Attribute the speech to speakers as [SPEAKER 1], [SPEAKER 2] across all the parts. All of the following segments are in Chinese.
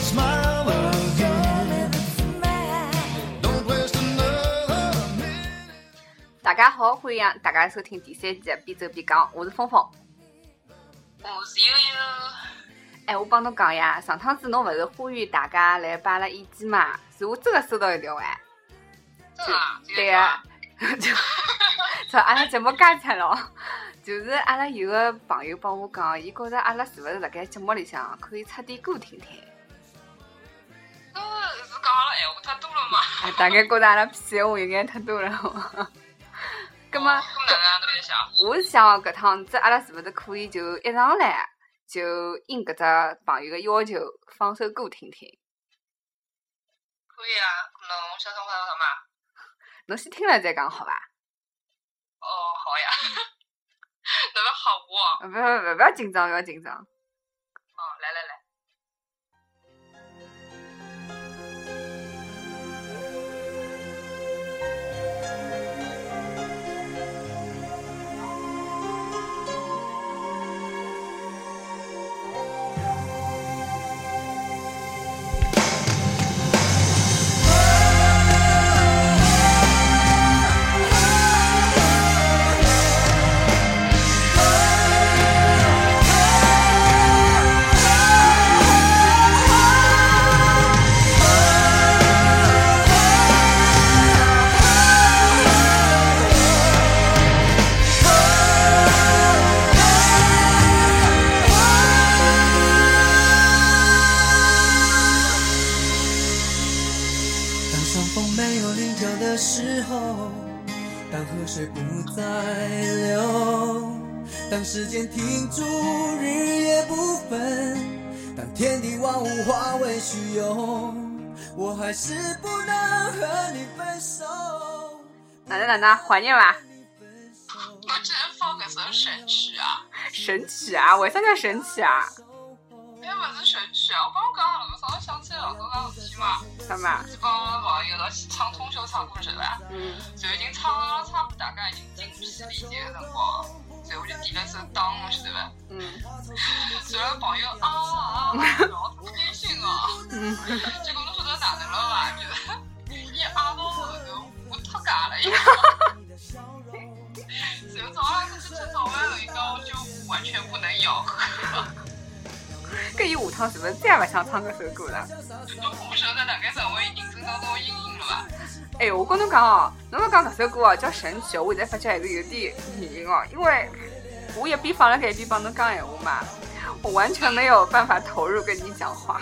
[SPEAKER 1] smile again. Don't waste another minute.
[SPEAKER 2] 大家好，欢迎大家收听第三季《边走边讲》，我是峰峰。
[SPEAKER 3] 我是悠悠，
[SPEAKER 2] 哎，我帮侬讲呀，上趟子侬勿是呼吁大家来摆阿拉意见嘛？是我真个收到一条哎，
[SPEAKER 3] 真的啊，
[SPEAKER 2] 对
[SPEAKER 3] 个
[SPEAKER 2] 呀，就 就阿拉节目加出来了，就是阿拉有个朋友帮我讲，伊觉着阿拉是勿是辣盖节目里向可以出点歌听 听？
[SPEAKER 3] 都是讲了闲话太多了嘛，
[SPEAKER 2] 哎，大概觉着阿拉屁闲话有眼太多了。 葛么，
[SPEAKER 3] 都哪能都啊在想，
[SPEAKER 2] 我是想搿趟子阿拉是勿是可以就一上来就应搿只朋友个要求放首歌听听？
[SPEAKER 3] 可以啊，可能我想想看什么？
[SPEAKER 2] 侬先听了再讲好伐？
[SPEAKER 3] 哦，好呀， 那个好我，
[SPEAKER 2] 勿勿勿勿要紧张，勿要紧张。
[SPEAKER 3] 哦，来来来，
[SPEAKER 4] 当伤风没有棱角的时候，当河水不再流，当时间停住，日夜不分，当天地万物化为虚有，我还是不能和你分手。
[SPEAKER 2] 哪能哪能，怀念伐？
[SPEAKER 3] 我只能放搿首神曲啊，
[SPEAKER 2] 神曲啊！为啥叫神曲啊？
[SPEAKER 3] 那勿是神曲啊，我刚刚讲了，我早上想起来老早桩事体嘛，
[SPEAKER 2] 什么？
[SPEAKER 3] 是帮朋友一道去唱通宵唱故事的。
[SPEAKER 2] 嗯，
[SPEAKER 3] 就已经唱了差不多大概已经精疲力竭的辰光，所以我就点了首《当》侬晓得伐？
[SPEAKER 2] 嗯，
[SPEAKER 3] 所有朋友啊啊，啊，老开心哦。
[SPEAKER 2] 嗯，
[SPEAKER 3] 结果侬晓得哪能了伐？就是伊啊到后头，我脱假了，伊。然后早浪子去吃早饭了，伊讲我就完全不能咬合，
[SPEAKER 2] 搿伊下趟是勿是再勿想唱搿首歌了？
[SPEAKER 3] 就不晓得大概成为人生当中的阴影了吧？
[SPEAKER 2] 哎，我跟侬讲哦，侬要讲搿首歌哦叫神曲，我现在发觉还是有点原因哦，因为我一边放了搿一边帮侬讲闲话嘛，我完全没有办法投入跟你讲话，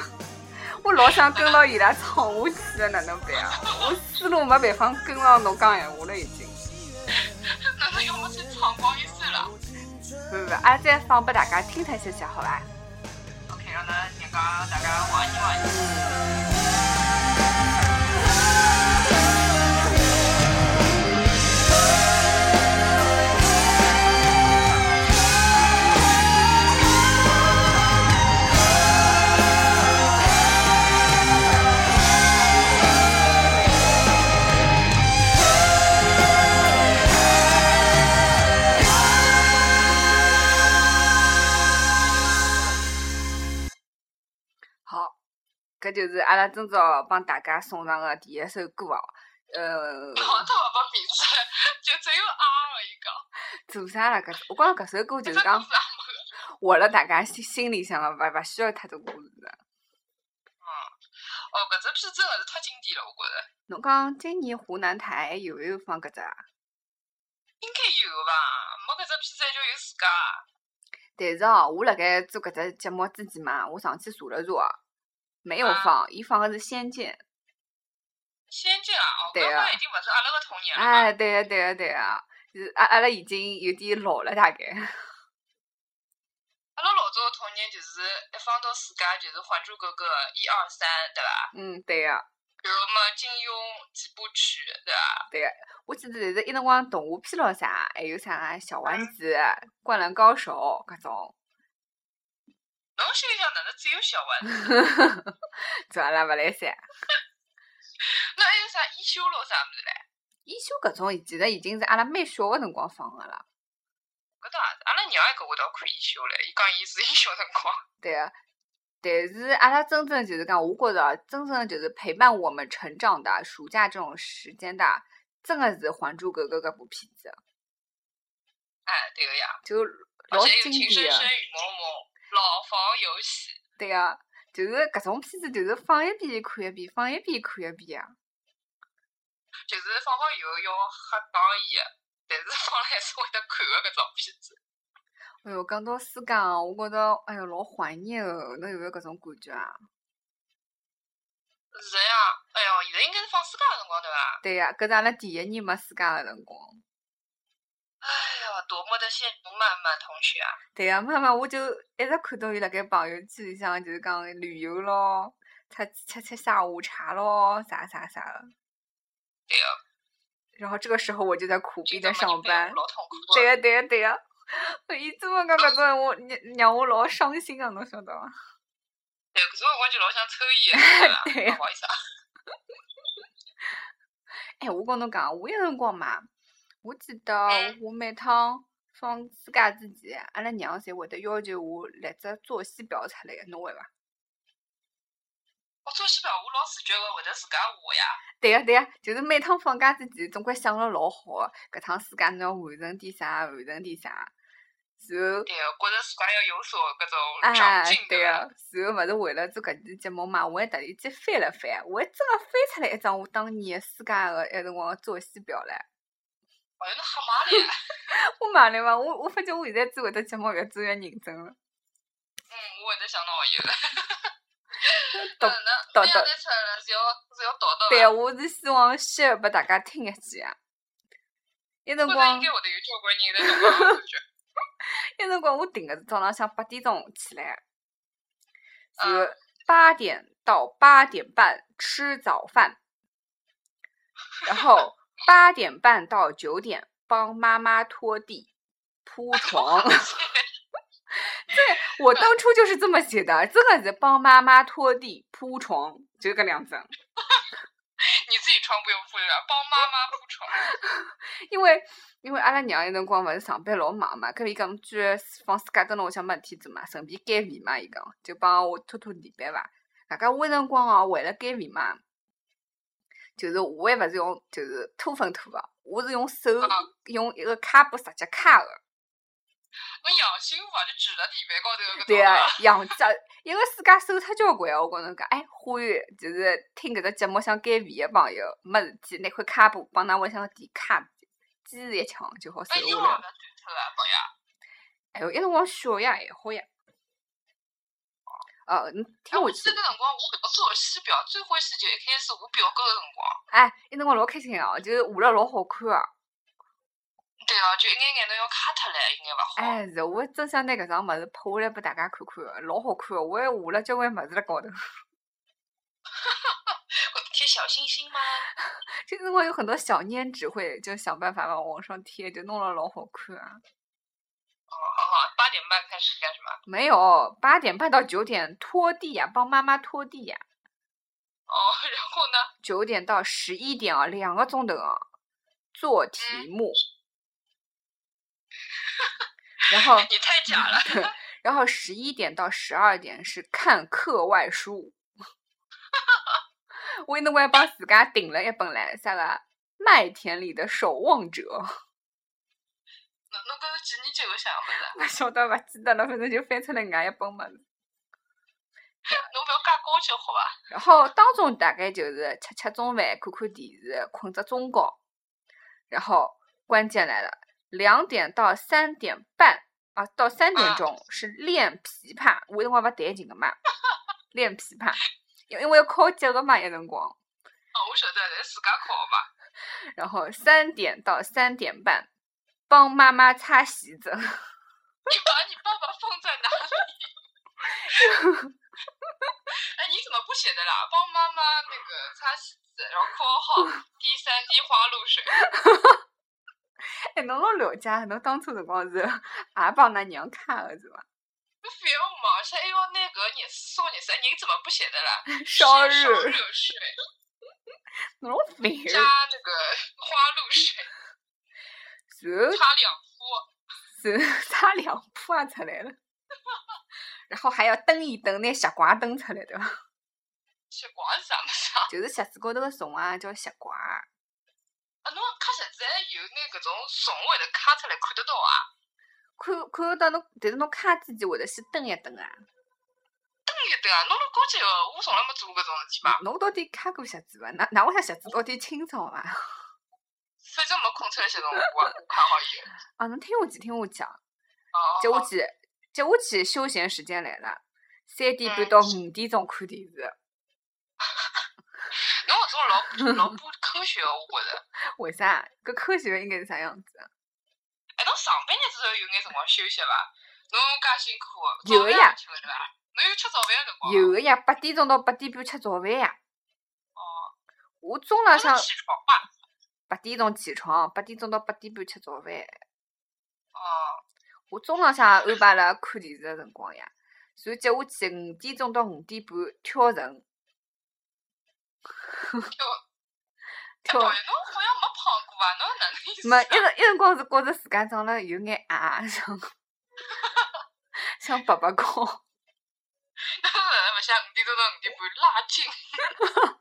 [SPEAKER 2] 我老想跟牢伊拉唱下去的，哪能办啊？我思路没办法跟牢侬讲闲话了已经。
[SPEAKER 3] 那侬要么去唱光一算了。
[SPEAKER 2] 不不，阿拉再放拨大家听听歇歇，好伐？
[SPEAKER 3] OK，让咱人家大家玩一玩。
[SPEAKER 2] 好，搿就是阿拉今朝帮大家送上的第一首歌哦。呃，
[SPEAKER 3] 老头不比赛，就只有啊而已个。
[SPEAKER 2] 做啥啦？搿我觉着搿首歌就
[SPEAKER 3] 这
[SPEAKER 2] 是
[SPEAKER 3] 个
[SPEAKER 2] 讲
[SPEAKER 3] 啊故事还没
[SPEAKER 2] 活了大家心心里向的，勿勿需要太多故事的。
[SPEAKER 3] 哦，搿只片真的是太经典了，我觉着
[SPEAKER 2] 侬讲今年湖南台有没有放搿只啊？
[SPEAKER 3] 应该有吧，没搿只片子就有自家。
[SPEAKER 2] 但是哦，我辣盖做搿只节目之前嘛，我上去查了查哦，没有
[SPEAKER 3] 啊
[SPEAKER 2] 放，伊放的是《仙剑》。
[SPEAKER 3] 仙剑啊，哦，
[SPEAKER 2] 对
[SPEAKER 3] 搿
[SPEAKER 2] 啊
[SPEAKER 3] 个已经勿是阿拉个童年了嘛。
[SPEAKER 2] 哎，对个、对个、对个、就是阿阿拉已经有点老了，大概。
[SPEAKER 3] 阿拉老早个童年就是一放到自家就是《还珠格格》一二三，对伐？
[SPEAKER 2] 嗯，对个、
[SPEAKER 3] 然后嘛，金庸几部曲，对伐？
[SPEAKER 2] 我记得就是一辰光动画片咯啥，还有啥啊小丸子、灌篮高手搿种，
[SPEAKER 3] 侬心里向哪能只有小丸子？
[SPEAKER 2] 这阿拉勿来三。
[SPEAKER 3] 那还有啥伊修罗啥物事唻？
[SPEAKER 2] 伊修搿种其实已经是阿拉蛮小个辰光放个了，
[SPEAKER 3] 搿倒也是，阿拉娘还跟我一道看伊修唻，伊讲伊是伊小辰光。
[SPEAKER 2] 对个、但是阿拉真正就是讲，我觉着真正就是陪伴我们成长的暑假这种时间的，真的是《还珠格格》搿部片子，
[SPEAKER 3] 哎，对个呀，
[SPEAKER 2] 就
[SPEAKER 3] 而
[SPEAKER 2] 老
[SPEAKER 3] 且有
[SPEAKER 2] 经
[SPEAKER 3] 《情深
[SPEAKER 2] 典啊
[SPEAKER 3] 深
[SPEAKER 2] 的。
[SPEAKER 3] 雨蒙蒙》《老房游戏》，
[SPEAKER 2] 对个、就是搿种片子，就是放一遍看一遍，放一遍看一遍啊。
[SPEAKER 3] 就是放好以后要瞎讲伊个，但是放了还是会得看个搿种片子。
[SPEAKER 2] 哎哟，讲到思讲，我觉着哎哟老怀念哦，侬有没有搿种感觉啊？
[SPEAKER 3] 是呀，哎哟，现在应该是放暑假个辰光对伐？
[SPEAKER 2] 对呀、搿是阿拉第一年没暑假个辰光。
[SPEAKER 3] 哎呀，多么的羡慕曼曼同学啊！
[SPEAKER 2] 对呀、妈妈我就一直看到伊辣盖朋友圈里向，就是讲旅游咯，吃吃吃下午茶咯，啥啥啥的。
[SPEAKER 3] 对哦个、
[SPEAKER 2] 然后这个时候我就在苦逼
[SPEAKER 3] 今
[SPEAKER 2] 的
[SPEAKER 3] 朝
[SPEAKER 2] 上
[SPEAKER 3] 没去陪
[SPEAKER 2] 班
[SPEAKER 3] 我。老痛苦
[SPEAKER 2] 对
[SPEAKER 3] 个。
[SPEAKER 2] 呀、对呀、对呀、 伊这么讲搿种闲话，让让我老伤心啊，侬晓得伐？
[SPEAKER 3] 对，搿种辰光就老想抽 伊个，对
[SPEAKER 2] 对呀
[SPEAKER 3] 伐？不好意思啊，
[SPEAKER 2] 哎，我跟侬讲，我有辰光嘛，我记得
[SPEAKER 3] 嗯
[SPEAKER 2] 我每趟放暑假之前，阿拉娘侪会得要求我列只作息表出来，侬会伐？
[SPEAKER 3] 我做西表我老自觉个，会得自家画个呀。
[SPEAKER 2] 对呀、对呀、就是每趟放假之前，总归想了老好啊个，搿趟暑假侬要完成点啥，完成点啥，然后。
[SPEAKER 3] 对个，觉着自家要有所搿种
[SPEAKER 2] 哎
[SPEAKER 3] 长进，
[SPEAKER 2] 对
[SPEAKER 3] 个。
[SPEAKER 2] 呀、然后勿是为了做搿期节目嘛，我还特地去翻了翻，我还真个翻出来一张我当年暑假个埃辰光个作息表来。
[SPEAKER 3] 哎哟，那瞎买嘞！
[SPEAKER 2] 我买了嘛，我我发觉我现在做搿只节目越做越认真了。
[SPEAKER 3] 嗯，我会得想到个有个。
[SPEAKER 2] 读
[SPEAKER 3] 嗯那
[SPEAKER 2] 读
[SPEAKER 3] 那样
[SPEAKER 2] 读
[SPEAKER 3] 再出来了是要是要导到
[SPEAKER 2] 对，啊我是希望 share 拨大家听一记啊。一辰
[SPEAKER 3] 我觉着
[SPEAKER 2] 光
[SPEAKER 3] 应，该会得有交关人在搿种啊感觉。
[SPEAKER 2] 一辰光，我定个是早浪向八点钟起来，
[SPEAKER 3] 嗯
[SPEAKER 2] 是八点到八点半吃早饭，然后八点半到九点帮妈妈拖地、铺床。对我当初就是这么写的，真的是帮妈妈拖地、铺床，就搿两种。
[SPEAKER 3] 你自己床不用铺啊，帮妈妈啊铺床。
[SPEAKER 2] 因为因为阿拉娘有辰光勿是上班老忙嘛，搿伊讲居然放暑假蹲辣屋里向没事体做嘛，顺便减肥嘛，伊讲就帮我拖拖地板伐。大家有辰光哦，为了减肥嘛，就是我还勿是用就是拖粉拖个，我是用手
[SPEAKER 3] 啊
[SPEAKER 2] 用一个卡布直接卡个，
[SPEAKER 3] 侬养心伐？就指着地板高头搿种
[SPEAKER 2] 对啊
[SPEAKER 3] 啊。，
[SPEAKER 2] 养只一个暑假瘦脱交关哦，我跟侬讲，哎，欢迎就是听搿只节目想减肥个朋友，没事体拿块卡布帮㑚屋里向个地卡坚持一抢就好瘦
[SPEAKER 3] 哎，
[SPEAKER 2] 下
[SPEAKER 3] 又
[SPEAKER 2] 来
[SPEAKER 3] 好
[SPEAKER 2] 了。
[SPEAKER 3] 了，断脱了，朋友。
[SPEAKER 2] 哎哟，一辰光小呀，还好呀。哦，你
[SPEAKER 3] 哎，
[SPEAKER 2] 听
[SPEAKER 3] 我
[SPEAKER 2] 我
[SPEAKER 3] 记
[SPEAKER 2] 去
[SPEAKER 3] 得，搿辰光我搿个作息表最欢喜就一开始我表哥个辰光。
[SPEAKER 2] 哎，一辰光老开心哦，就是画了老好看哦。
[SPEAKER 3] 对啊，就一眼眼侬要卡脱唻，应该哦勿好。
[SPEAKER 2] 哎，是，我真想拿搿张物事拍下来拨大家看看哦，老好看哦，我还画了交关物事辣高头。
[SPEAKER 3] 搿贴小星星吗？
[SPEAKER 2] 这辰光有很多小粘纸会就想办法往往上贴，就弄了老好看啊。
[SPEAKER 3] 哦，好好，八点半开始干什么？
[SPEAKER 2] 没有，八点半到九点拖地呀、帮妈妈拖地呀、
[SPEAKER 3] 哦，然后呢？
[SPEAKER 2] 九点到十一点啊，两个钟头啊，做题
[SPEAKER 3] 嗯
[SPEAKER 2] 目， 然后
[SPEAKER 3] 你太假 了。
[SPEAKER 2] 然后十一点到十二点是看课外书。我有辰光还帮自家订了一本来，啥个《麦田里的守望者》，
[SPEAKER 3] 侬侬搿是几年级个想物事啊？
[SPEAKER 2] 勿晓得勿记得了，反正就翻出来搿一本物事。
[SPEAKER 3] 侬勿要介高级好伐？
[SPEAKER 2] 然后当中大概就是吃吃中饭、看看电视、困只中觉。然后关键来了，两点到三点半啊，到三点
[SPEAKER 3] 啊
[SPEAKER 2] 钟是练琵琶。我有辰光勿弹琴个嘛，练琵琶，因为因为要考级个嘛，有辰光。
[SPEAKER 3] 哦，我晓得，侪自家考个嘛。
[SPEAKER 2] 然后三点到三点半，帮妈妈擦席子。
[SPEAKER 3] 你把你爸爸放在哪里？ 哎，你怎么不写的啦？帮妈妈那个擦席子，然后括号 第三滴花露水。
[SPEAKER 2] 哎，侬老了解，侬当初辰光是 也帮㑚娘看个是 伐？
[SPEAKER 3] 别嘛，而且还要那个你送你噻，你怎么不写的啦？
[SPEAKER 2] 烧
[SPEAKER 3] 先烧
[SPEAKER 2] 热，
[SPEAKER 3] 热水
[SPEAKER 2] 侬老烦。
[SPEAKER 3] 加那个花露 水，
[SPEAKER 2] 然后哎
[SPEAKER 3] 擦两铺。
[SPEAKER 2] 是差两铺啊出来了。 然后还要蹬一蹬拿斜瓜蹬出来，对伐？
[SPEAKER 3] 吃光是啥么子啊？
[SPEAKER 2] 就是鞋子高头个虫啊，叫斜瓜。
[SPEAKER 3] 啊，侬卡实在有拿搿种虫会得卡出来看得到啊？
[SPEAKER 2] 看看得到侬，但是侬卡自己会得先蹬一蹬啊。
[SPEAKER 3] 等一等啊，侬老高级个，我从来没做过搿种事体嘛，
[SPEAKER 2] 啊侬到底卡过鞋子伐？哪哪会像鞋子到底清爽伐？
[SPEAKER 3] 反正没空出来些种，我我看好有。
[SPEAKER 2] 啊，侬听我去，听我讲。
[SPEAKER 3] 哦，
[SPEAKER 2] 接下
[SPEAKER 3] 好
[SPEAKER 2] 去，接下去休闲时间来了，三点半到五点钟看电视，
[SPEAKER 3] 侬搿种老不老不科学个，我觉着。
[SPEAKER 2] 为啥？搿科学应该是啥样子啊？
[SPEAKER 3] 哎，侬上班日子有眼辰光休息伐？侬介辛苦，
[SPEAKER 2] 有
[SPEAKER 3] 个
[SPEAKER 2] 呀
[SPEAKER 3] 对伐？侬有吃早饭个辰光伐？
[SPEAKER 2] 有个呀，八点钟到八点半吃早饭呀。
[SPEAKER 3] 哦，
[SPEAKER 2] 我中
[SPEAKER 3] 侬
[SPEAKER 2] 浪向
[SPEAKER 3] 起床伐？
[SPEAKER 2] 八点钟起床，八点钟到八点半吃早饭。
[SPEAKER 3] 哦，
[SPEAKER 2] 我中浪向安排了看电视个辰光呀，然后接下去五点钟到五点半跳绳，
[SPEAKER 3] 就哎，
[SPEAKER 2] 跳
[SPEAKER 3] 导游侬好像没胖过伐？侬哪能意思
[SPEAKER 2] 没
[SPEAKER 3] 啊？
[SPEAKER 2] 一个一辰光是觉着自家长了有眼矮， 像像白白高。
[SPEAKER 3] 侬哪能勿像五点钟到五点半拉近？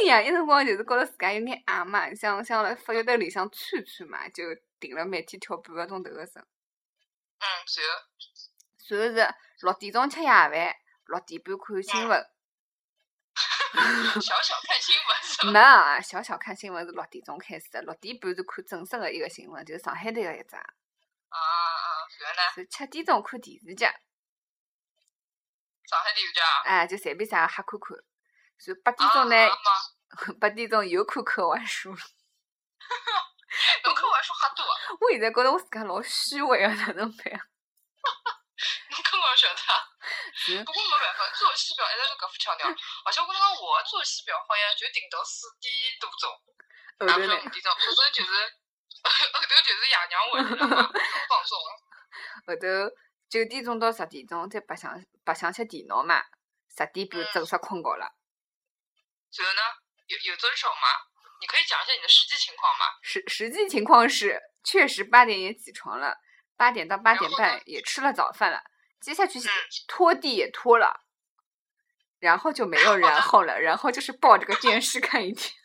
[SPEAKER 2] 对呀，一辰光就是觉着自家有眼矮嘛，想想辣发育头里向窜窜嘛，就定了每天跳半个钟头个绳。
[SPEAKER 3] 嗯，随后
[SPEAKER 2] 随后是六点钟吃夜饭，六点半看新闻。
[SPEAKER 3] 小小看新闻是伐？
[SPEAKER 2] 没啊，小小看新闻是六点钟开始的，六点半是看正式的一个新闻，就是上海台个一只。
[SPEAKER 3] 啊啊，随后呢？
[SPEAKER 2] 是七点钟看电视剧，
[SPEAKER 3] 上海电视剧啊？
[SPEAKER 2] 哎，就随便啥瞎看看。然后八点
[SPEAKER 3] 啊
[SPEAKER 2] 钟呢，
[SPEAKER 3] 啊嘛，
[SPEAKER 2] 八点钟又看课外书了。
[SPEAKER 3] 侬跟我说瞎多，
[SPEAKER 2] 我现在觉着我自家老虚伪啊，哪能办啊？
[SPEAKER 3] 侬跟我晓得。
[SPEAKER 2] 然后
[SPEAKER 3] 不过没办法，作息表一直是搿副腔调，而且我跟侬讲，我的作息表好像就定到四点多钟，
[SPEAKER 2] 后头
[SPEAKER 3] 也不是
[SPEAKER 2] 呢
[SPEAKER 3] 五？点钟，反正就是后头就是爷娘味了嘛，老放松。
[SPEAKER 2] 后头九点钟到十点钟再白相白相些电脑嘛，十点半
[SPEAKER 3] 嗯
[SPEAKER 2] 正式困觉了。
[SPEAKER 3] 然后呢，有有遵守吗？你可以讲一下你的实际情况吗？
[SPEAKER 2] 实实际情况是，确实八点也起床了，八点到八点
[SPEAKER 3] 后
[SPEAKER 2] 半
[SPEAKER 3] 呢
[SPEAKER 2] 也吃了早饭了，接下去
[SPEAKER 3] 嗯
[SPEAKER 2] 拖地也拖了，然后就没有然后了，然后就是抱着个电视看一天。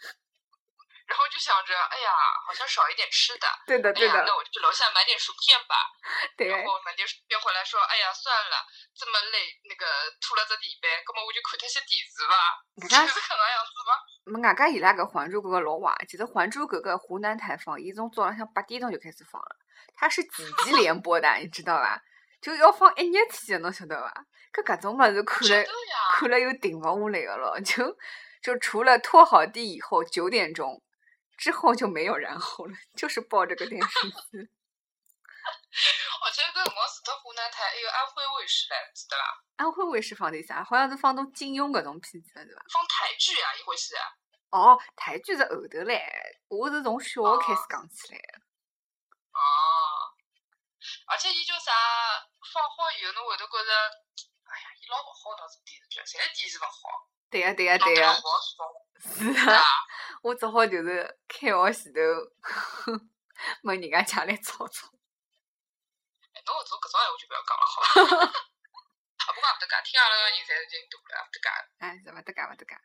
[SPEAKER 3] 然后就想着，哎呀，好像少一点吃的，
[SPEAKER 2] 对的，
[SPEAKER 3] 哎
[SPEAKER 2] 对
[SPEAKER 3] 呀，
[SPEAKER 2] 的，
[SPEAKER 3] 那我去楼下买点薯片吧。
[SPEAKER 2] 对。
[SPEAKER 3] 然后买点薯片回来说，哎呀，算了，这么累，那个拖了只地板，那么我就看脱些电视吧，
[SPEAKER 2] 你
[SPEAKER 3] 就
[SPEAKER 2] 看
[SPEAKER 3] 是搿能样子吗？
[SPEAKER 2] 么外加伊拉搿《还珠格格》老坏，其实《还珠格格》湖南台放，伊从早浪向八点钟就开始放了，它
[SPEAKER 3] 嗯
[SPEAKER 2] 是几集连播的，啊你知道伐？就要放一日天的，侬晓得伐？搿搿种物事看
[SPEAKER 3] 晓
[SPEAKER 2] 了
[SPEAKER 3] 得呀。
[SPEAKER 2] 看了又停勿下来个咯，就就除了拖好地以后九点钟之后就没有然后了，就是抱着个电视机。
[SPEAKER 3] 而且搿辰光除脱湖南台，还有安徽卫视唻，记得伐？
[SPEAKER 2] 安徽卫视放的啥？好像是放种金庸搿种片子的，对伐？
[SPEAKER 3] 放台剧啊，一回事啊。
[SPEAKER 2] 哦，台剧是后头来，我是从小学开始讲起来的。
[SPEAKER 3] 哦。而且伊叫啥？放好以后，侬会得觉着，哎呀，伊老勿好当时电视剧，侪电视勿好，
[SPEAKER 2] 对呀、对呀、
[SPEAKER 3] 老
[SPEAKER 2] 对
[SPEAKER 3] 对
[SPEAKER 2] 呀、
[SPEAKER 3] 勿好爽，
[SPEAKER 2] 是
[SPEAKER 3] 是
[SPEAKER 2] 啊
[SPEAKER 3] 伐。？
[SPEAKER 2] 我只好就是开学前头， 问人家家来吵吵。
[SPEAKER 3] 哎侬搿种搿种闲话就勿要讲了，好伐？ 啊，不过也勿得讲，听阿拉个人侪已经大了，也勿得讲。
[SPEAKER 2] 哎，是勿搭嘎勿搭嘎。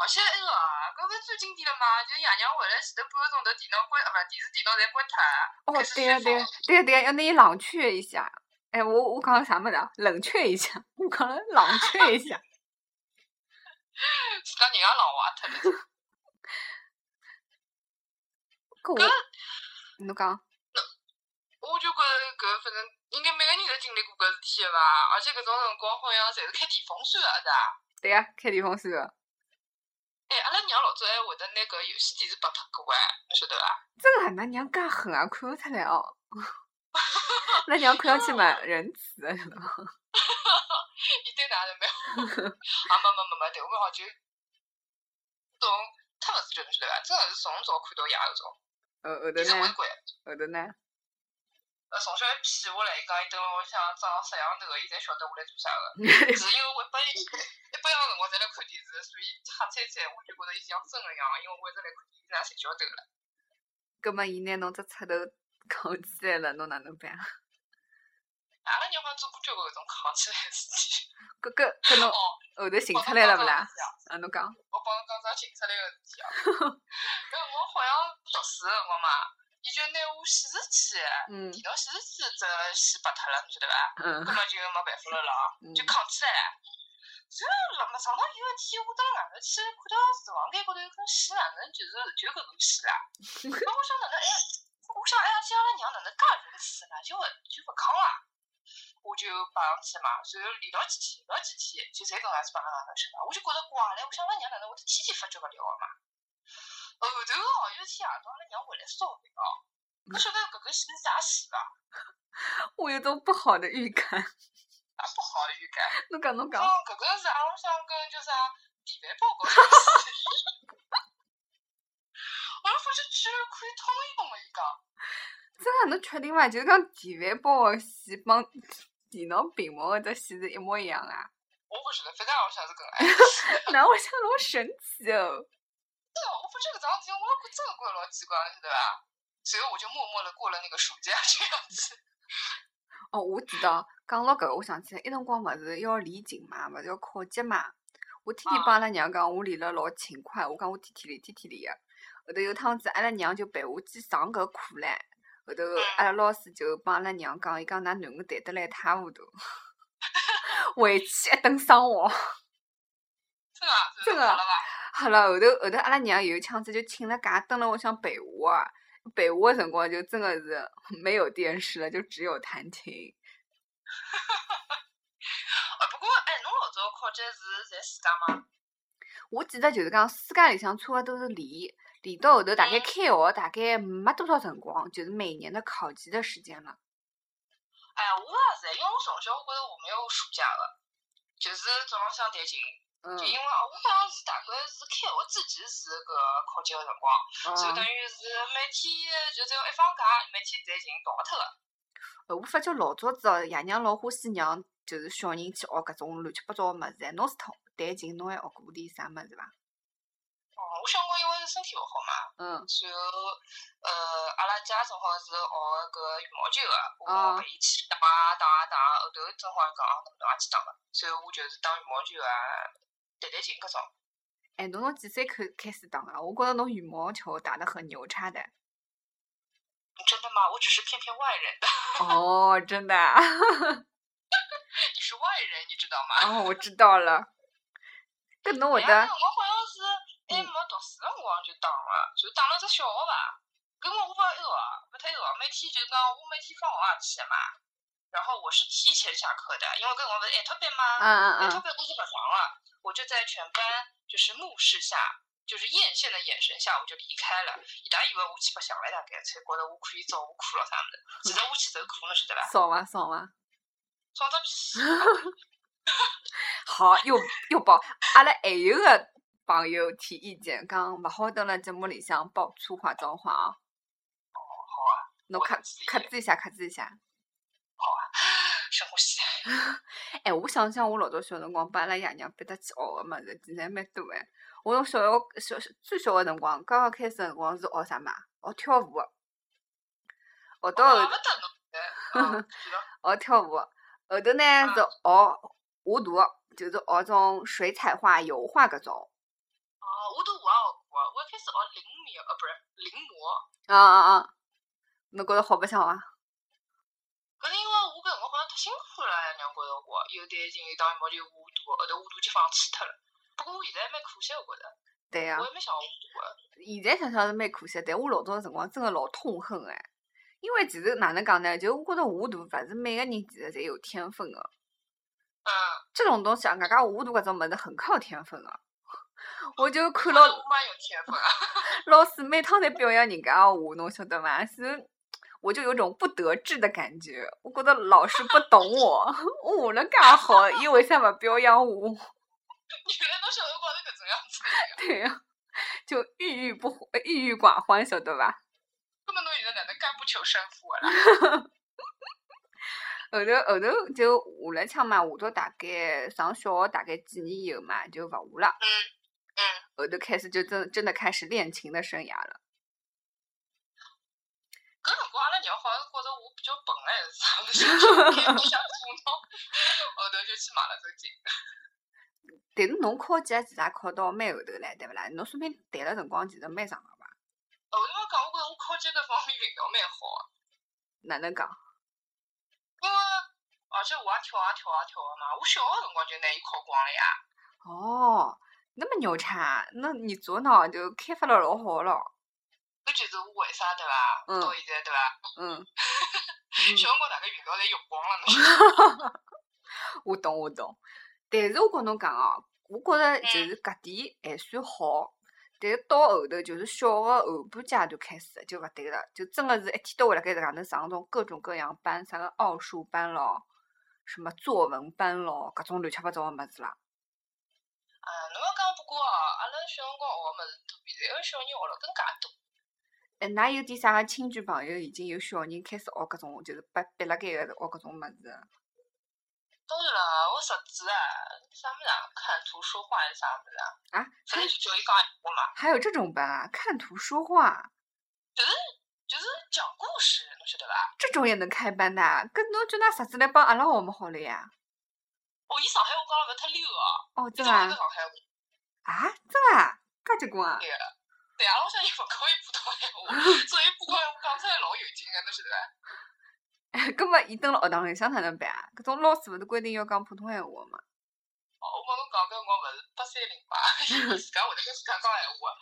[SPEAKER 3] 而且埃个啊，搿勿是最经典了嘛？就是爷娘回来前头半个钟头，电脑关，啊勿，电视、电脑侪关脱啊。
[SPEAKER 2] 哦
[SPEAKER 3] 开，始
[SPEAKER 2] 对呀、
[SPEAKER 3] 睡
[SPEAKER 2] 对呀、
[SPEAKER 3] 觉
[SPEAKER 2] 对呀、对呀、要拿伊冷却一下。哎，我我讲了啥么子啊？冷却一下，我讲了冷却一 下。
[SPEAKER 3] 自家人也老坏脱了。
[SPEAKER 2] 搿
[SPEAKER 3] 啊
[SPEAKER 2] 我，侬讲，
[SPEAKER 3] 我就觉着搿反正应该每个人侪经历过搿事体个伐？而且搿种辰光好像侪是开电风扇个是伐？
[SPEAKER 2] 对呀、开电风扇的，
[SPEAKER 3] 哎，阿拉娘老早还会得拿搿游戏机是拔脱过哎，侬晓得伐？
[SPEAKER 2] 这个俺那娘介狠啊，看勿出来哦。 那娘看上去蛮 仁慈啊的，是吧？
[SPEAKER 3] 伊对哪 能没有？啊，没没没没，对我们好像就从太勿是觉得晓得伐？真个是从早看到夜搿种，
[SPEAKER 2] 后后头
[SPEAKER 3] 一直回
[SPEAKER 2] 呢？
[SPEAKER 3] 归。
[SPEAKER 2] 后头呢？
[SPEAKER 3] 呃，从小骗下来，伊讲伊等了屋里向长摄像头，伊才晓得我来做啥个。只因为我一般一一般个辰光侪来看电视，所以瞎猜猜，我就觉着伊像真个一样，因为我一直来看电视，哪侪晓得个了。
[SPEAKER 2] 搿么伊拿侬只插头扛起来了，侬哪能办啊？
[SPEAKER 3] 阿拉娘们做过交关搿种扛起来的事体。
[SPEAKER 2] 搿搿搿侬
[SPEAKER 3] 哦，
[SPEAKER 2] 后头寻
[SPEAKER 3] 我
[SPEAKER 2] 出
[SPEAKER 3] 帮
[SPEAKER 2] 来了勿
[SPEAKER 3] 侬讲
[SPEAKER 2] 啦
[SPEAKER 3] 个事？体啊
[SPEAKER 2] 啊，侬讲，
[SPEAKER 3] 我帮侬讲只寻出来个事体 啊。搿我好像读书个辰光嘛，伊就拿我显示器，
[SPEAKER 2] 嗯
[SPEAKER 3] 电脑显示器只先拔脱了，侬晓得伐？
[SPEAKER 2] 嗯
[SPEAKER 3] 搿么就没办法了啦，就
[SPEAKER 2] 嗯
[SPEAKER 3] 扛起来了。然后辣么上趟有一天，我到外头去看到厨房间高头有根线，哪能就是就搿根线啦？那我想哪能哎，我想哎呀，今阿拉娘哪能介容易死呢？就勿就勿扛啊！我就摆上去嘛，然后连牢几天，连牢几天，就侪跟阿去摆上去了。我就觉着怪嘞，我想阿拉娘哪能会得天天发觉勿了个嘛？后头哦，有一天夜到阿拉娘回来烧饭哦，搿晓得搿根线是啥线伐？
[SPEAKER 2] 我有种不好的预感。
[SPEAKER 3] 啊，不好的预感。哦
[SPEAKER 2] 侬讲，侬
[SPEAKER 3] 讲
[SPEAKER 2] 讲，
[SPEAKER 3] 搿个是阿拉想跟就是啊地板报告关系。 我要发觉居然可以通用了，伊讲。
[SPEAKER 2] 真的侬确定伐？就是讲键盘包个线帮电脑屏幕个只线是一模一样 啊？
[SPEAKER 3] 我不晓得，反正我想是搿个。
[SPEAKER 2] 那我想老神奇哦。
[SPEAKER 3] 对啊，我发觉搿桩事体，我老觉真的觉着老奇怪，晓得伐？所以我就默默的过了那个暑假这样子。
[SPEAKER 2] 哦，我记得，讲到搿个，我想起来，一辰光勿是要练琴嘛，勿是要考级嘛。我天天帮阿拉娘讲，我练了老勤快，我讲我天天练，天天练个。后头有趟子，阿拉娘就陪我去上搿课唻。后头阿拉老师就帮阿拉娘讲，伊讲㑚囡恩弹得来一塌糊涂， 回去一顿生活。
[SPEAKER 3] 真的啊，
[SPEAKER 2] 真
[SPEAKER 3] 真
[SPEAKER 2] 的
[SPEAKER 3] 的
[SPEAKER 2] 啊
[SPEAKER 3] 好了伐？
[SPEAKER 2] 好了，后头后头阿拉娘有一腔子就请了假蹲辣屋里向陪我啊，陪我的辰光就真的是没有电视了，就只有弹琴。
[SPEAKER 3] 啊，不过哎，侬老早考级是侪自家吗？
[SPEAKER 2] 我记得就是讲暑假里向差勿多是练，练到后头大概开学大概没多少辰光，就是每年的考级的时间了。
[SPEAKER 3] 哎，我也是，因为我从小我觉着我没有暑假的，就是早浪向弹琴。
[SPEAKER 2] 嗯，
[SPEAKER 3] 就因为哦我当时大概是开学之前是搿考级个辰光，就等
[SPEAKER 2] 哦
[SPEAKER 3] 于是每天就只要一放假，每天弹琴逃勿脱个。
[SPEAKER 2] 呃我发觉老早子哦，爷娘老欢喜让就是小人去学搿种乱七八糟的物事哎。侬是弹弹琴，侬还学过点啥物事伐？
[SPEAKER 3] 哦，我小辰光因为身体勿好嘛，
[SPEAKER 2] 嗯，
[SPEAKER 3] 然后呃，阿拉家正好是学搿羽毛球个，
[SPEAKER 2] 啊
[SPEAKER 3] 我陪伊去打啊打啊打啊，后头正好伊讲啊，侬侬也去打伐？所以我就是打羽毛球啊，弹弹琴搿种。
[SPEAKER 2] 哎，侬从几岁开开始打啊？我觉着侬羽毛球打得很牛叉的。
[SPEAKER 3] 真的吗？我只是骗骗外人 的，
[SPEAKER 2] 哦，真的、啊？
[SPEAKER 3] 你是外人，你知道吗？
[SPEAKER 2] 哦，我知道了。搿侬会
[SPEAKER 3] 哎
[SPEAKER 2] 得
[SPEAKER 3] 呀那辰光好像是还没读书的辰光就打了，就打了只小学吧。搿辰光我勿一学，勿太一学，每天就是讲我每天放学也去的嘛。啊然后我是提前下课的，因为搿辰光勿是哎艾特班
[SPEAKER 2] 嗯
[SPEAKER 3] 吗？艾
[SPEAKER 2] 嗯
[SPEAKER 3] 特
[SPEAKER 2] 嗯，
[SPEAKER 3] 班我是勿上了，我就在全班就是目视下，就是艳羡的眼神下，我就离开了。伊拉以为我去白相了，大概才觉得我可以走下课了啥物事。其实我去走课了，晓得伐？
[SPEAKER 2] 嗯爽伐爽伐？
[SPEAKER 3] 爽到屁事！
[SPEAKER 2] 好，又又报。阿拉还有个朋友提意见，讲勿好蹲辣节目里向爆粗话脏话啊。侬
[SPEAKER 3] 哦啊我
[SPEAKER 2] 咳
[SPEAKER 3] 自己
[SPEAKER 2] 咳制一下，咳制一下。
[SPEAKER 3] 深呼吸。
[SPEAKER 2] 哎，我想想，我老早小辰光帮阿拉爷娘逼得去学个物事，其实蛮多哎。我从小学小小最小个辰光，刚刚开始个辰光是学啥嘛？学跳舞的，学到后学哦跳舞，后头呢是学画图，就
[SPEAKER 3] 啊勿得侬。嗯，记得
[SPEAKER 2] 是学种水彩画、油画搿种。
[SPEAKER 3] 哦，我都我也学过，我一开始学临摹，呃，不是临摹，
[SPEAKER 2] 啊啊啊！侬觉着好白相伐？
[SPEAKER 3] 搿是因为我搿辰光好像太辛苦了，两觉着我又弹琴又打羽毛球又画图，后头画图就放弃脱了。不过我现在蛮可惜，我觉着，
[SPEAKER 2] 对啊呀、
[SPEAKER 3] 我也蛮想画图的。
[SPEAKER 2] 现在想想是蛮可惜，但我老早个辰光真个老痛恨哎。因为其实哪能讲呢？就我觉着画图勿是每个人其实侪有天分个、
[SPEAKER 3] 嗯，
[SPEAKER 2] 这种东西啊，外加画图搿种物事很靠天分个、 我就看
[SPEAKER 3] 我觉得
[SPEAKER 2] 了
[SPEAKER 3] 我蛮有天 分啊。
[SPEAKER 2] 老师每趟侪表扬人家个啊画，侬晓得伐？是，我就有种不得志的感觉。我觉得老师不懂我，我画了介好，伊为啥勿表扬我？
[SPEAKER 3] 原来侬小辰光是搿种样子，
[SPEAKER 2] 对呀、就郁郁不欢郁郁寡欢，晓得伐？
[SPEAKER 3] 搿么侬现在哪能介不求胜负的啦？
[SPEAKER 2] 后头后头就画了腔嘛，画到大概上小学大概几年以后嘛，就勿画了。
[SPEAKER 3] 嗯嗯。
[SPEAKER 2] 后头开始就真真的开始练琴的生涯了。
[SPEAKER 3] 搿辰光阿拉年好像觉着我比较笨还是啥么事情，也不想苦 恼，后头就去买了只金。
[SPEAKER 2] 但是侬考级其实也考到蛮后头嘞，对勿啦？侬说明谈了辰光其实蛮长个吧？
[SPEAKER 3] 后头讲，呃我觉着我考级搿方面运道蛮好啊，
[SPEAKER 2] 哪能讲？
[SPEAKER 3] 因为而且我也跳啊跳啊跳啊嘛，我小个辰光就拿伊考光了呀。
[SPEAKER 2] 哦，那么牛叉，那你左脑就开发了老好了。
[SPEAKER 3] 搿就是我为啥对伐？
[SPEAKER 2] 嗯
[SPEAKER 3] 到现在对伐？
[SPEAKER 2] 嗯，嗯
[SPEAKER 3] 小辰光大概运道侪用光了，侬晓得
[SPEAKER 2] 我懂我懂。但是我跟侬讲哦，我觉着就是搿点还算好，但是到后头就是小个后半阶段开始就勿对了，就真个是一天到晚辣盖搿能上种各种各样班，啥个奥数班咯，什么作文班咯，各种乱七八糟个物事啦。
[SPEAKER 3] 嗯，侬要讲不过哦，阿拉小辰光学个物事多，比现在个小人学了更加多。
[SPEAKER 2] 哎，㑚有点啥个亲戚朋友已经有小人开始学搿种，就是被逼辣盖个学搿种物事。啊
[SPEAKER 3] 当然了，我侄子啊，啥物事啊，看图说话是啥物事啊？
[SPEAKER 2] 啊，
[SPEAKER 3] 反正就叫伊讲闲话嘛，
[SPEAKER 2] 还有这种班啊，看图说话，
[SPEAKER 3] 就是讲故事，侬晓得伐？
[SPEAKER 2] 这种也能开班的啊？搿侬叫㑚侄子来帮阿拉学么好了呀？
[SPEAKER 3] 哦，伊上海话讲了勿太溜哦，
[SPEAKER 2] 哦，
[SPEAKER 3] 伊
[SPEAKER 2] 真
[SPEAKER 3] 怎么会
[SPEAKER 2] 啊
[SPEAKER 3] 得？上海话？
[SPEAKER 2] 啊，真啊？介结棍啊？
[SPEAKER 3] 对个，对啊阿拉屋向伊勿讲伊普通闲话，所以普通闲话讲出来老有劲个，啊侬晓得伐？
[SPEAKER 2] 搿么伊蹲辣学堂里向哪能办啊？搿种老师勿是规定要讲普通闲话嘛？
[SPEAKER 3] 哦，我帮侬讲搿辰光勿是八 三零嘛，伊自家会得跟自家讲闲话。